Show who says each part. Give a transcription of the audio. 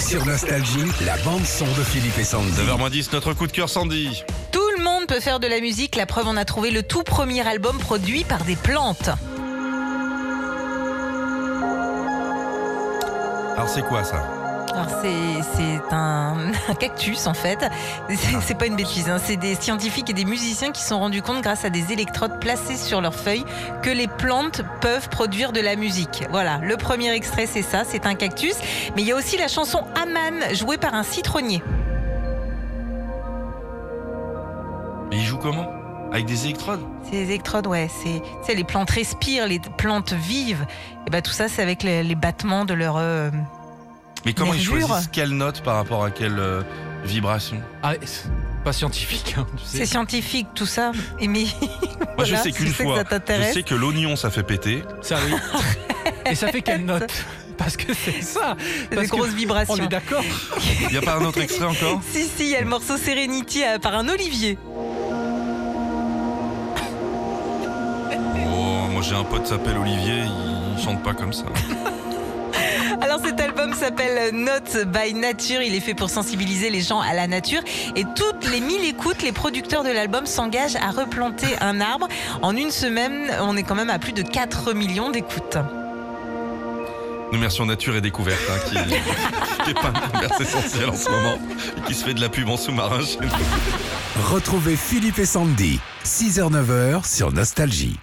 Speaker 1: Sur Nostalgie, la bande-son de Philippe et Sandy.
Speaker 2: 9h10, notre coup de cœur Sandy.
Speaker 3: Tout le monde peut faire de la musique. La preuve, on a trouvé le tout premier album produit par des plantes.
Speaker 2: Alors c'est quoi ça
Speaker 3: Alors c'est c'est un, un cactus en fait. C'est- C'est pas une bêtise. hein. C'est des scientifiques et des musiciens qui se sont rendus compte grâce à des électrodes placées sur leurs feuilles que les plantes peuvent produire de la musique. Voilà, le premier extrait c'est ça, c'est un cactus. Mais il y a aussi la chanson Aman jouée par un citronnier.
Speaker 2: Mais il joue comment Avec des électrodes
Speaker 3: Ces électrodes, ouais, c'est tu sais, les plantes respirent, les plantes vivent. Et bah tout ça c'est avec les, les battements de leur euh,
Speaker 2: Mais comment ils
Speaker 3: Nervures.
Speaker 2: choisissent quelle note par rapport à quelle euh, vibration
Speaker 4: Ah, c'est pas scientifique, hein, tu sais.
Speaker 3: C'est scientifique tout ça, et mais
Speaker 2: Moi je
Speaker 3: Voilà,
Speaker 2: sais
Speaker 3: si
Speaker 2: qu'une
Speaker 3: c'est que
Speaker 2: fois,
Speaker 3: ça t'intéresse.
Speaker 2: je sais que l'oignon ça fait péter.
Speaker 4: Ça, oui. Et ça fait quelle note Parce que c'est ça.
Speaker 3: des
Speaker 4: Parce que-
Speaker 3: grosses vibrations.
Speaker 4: On est d'accord.
Speaker 2: Il n'y a pas un autre extrait encore
Speaker 3: Si, si, il y a le morceau Serenity euh, par un Olivier.
Speaker 2: Oh, moi j'ai un pote qui s'appelle Olivier, il chante pas comme ça.
Speaker 3: Alors cet album s'appelle Notes by Nature, il est fait pour sensibiliser les gens à la nature et toutes les 1000 écoutes, les producteurs de l'album s'engagent à replanter un arbre. En une semaine, on est quand même à plus de 4 millions d'écoutes.
Speaker 2: Nous merci Nature et Découverte, hein, qui, qui est pas une converse essentielle en ce moment, et qui se fait de la pub en sous-marin chez nous.
Speaker 1: Retrouvez Philippe et Sandy, 6h-9h sur Nostalgie.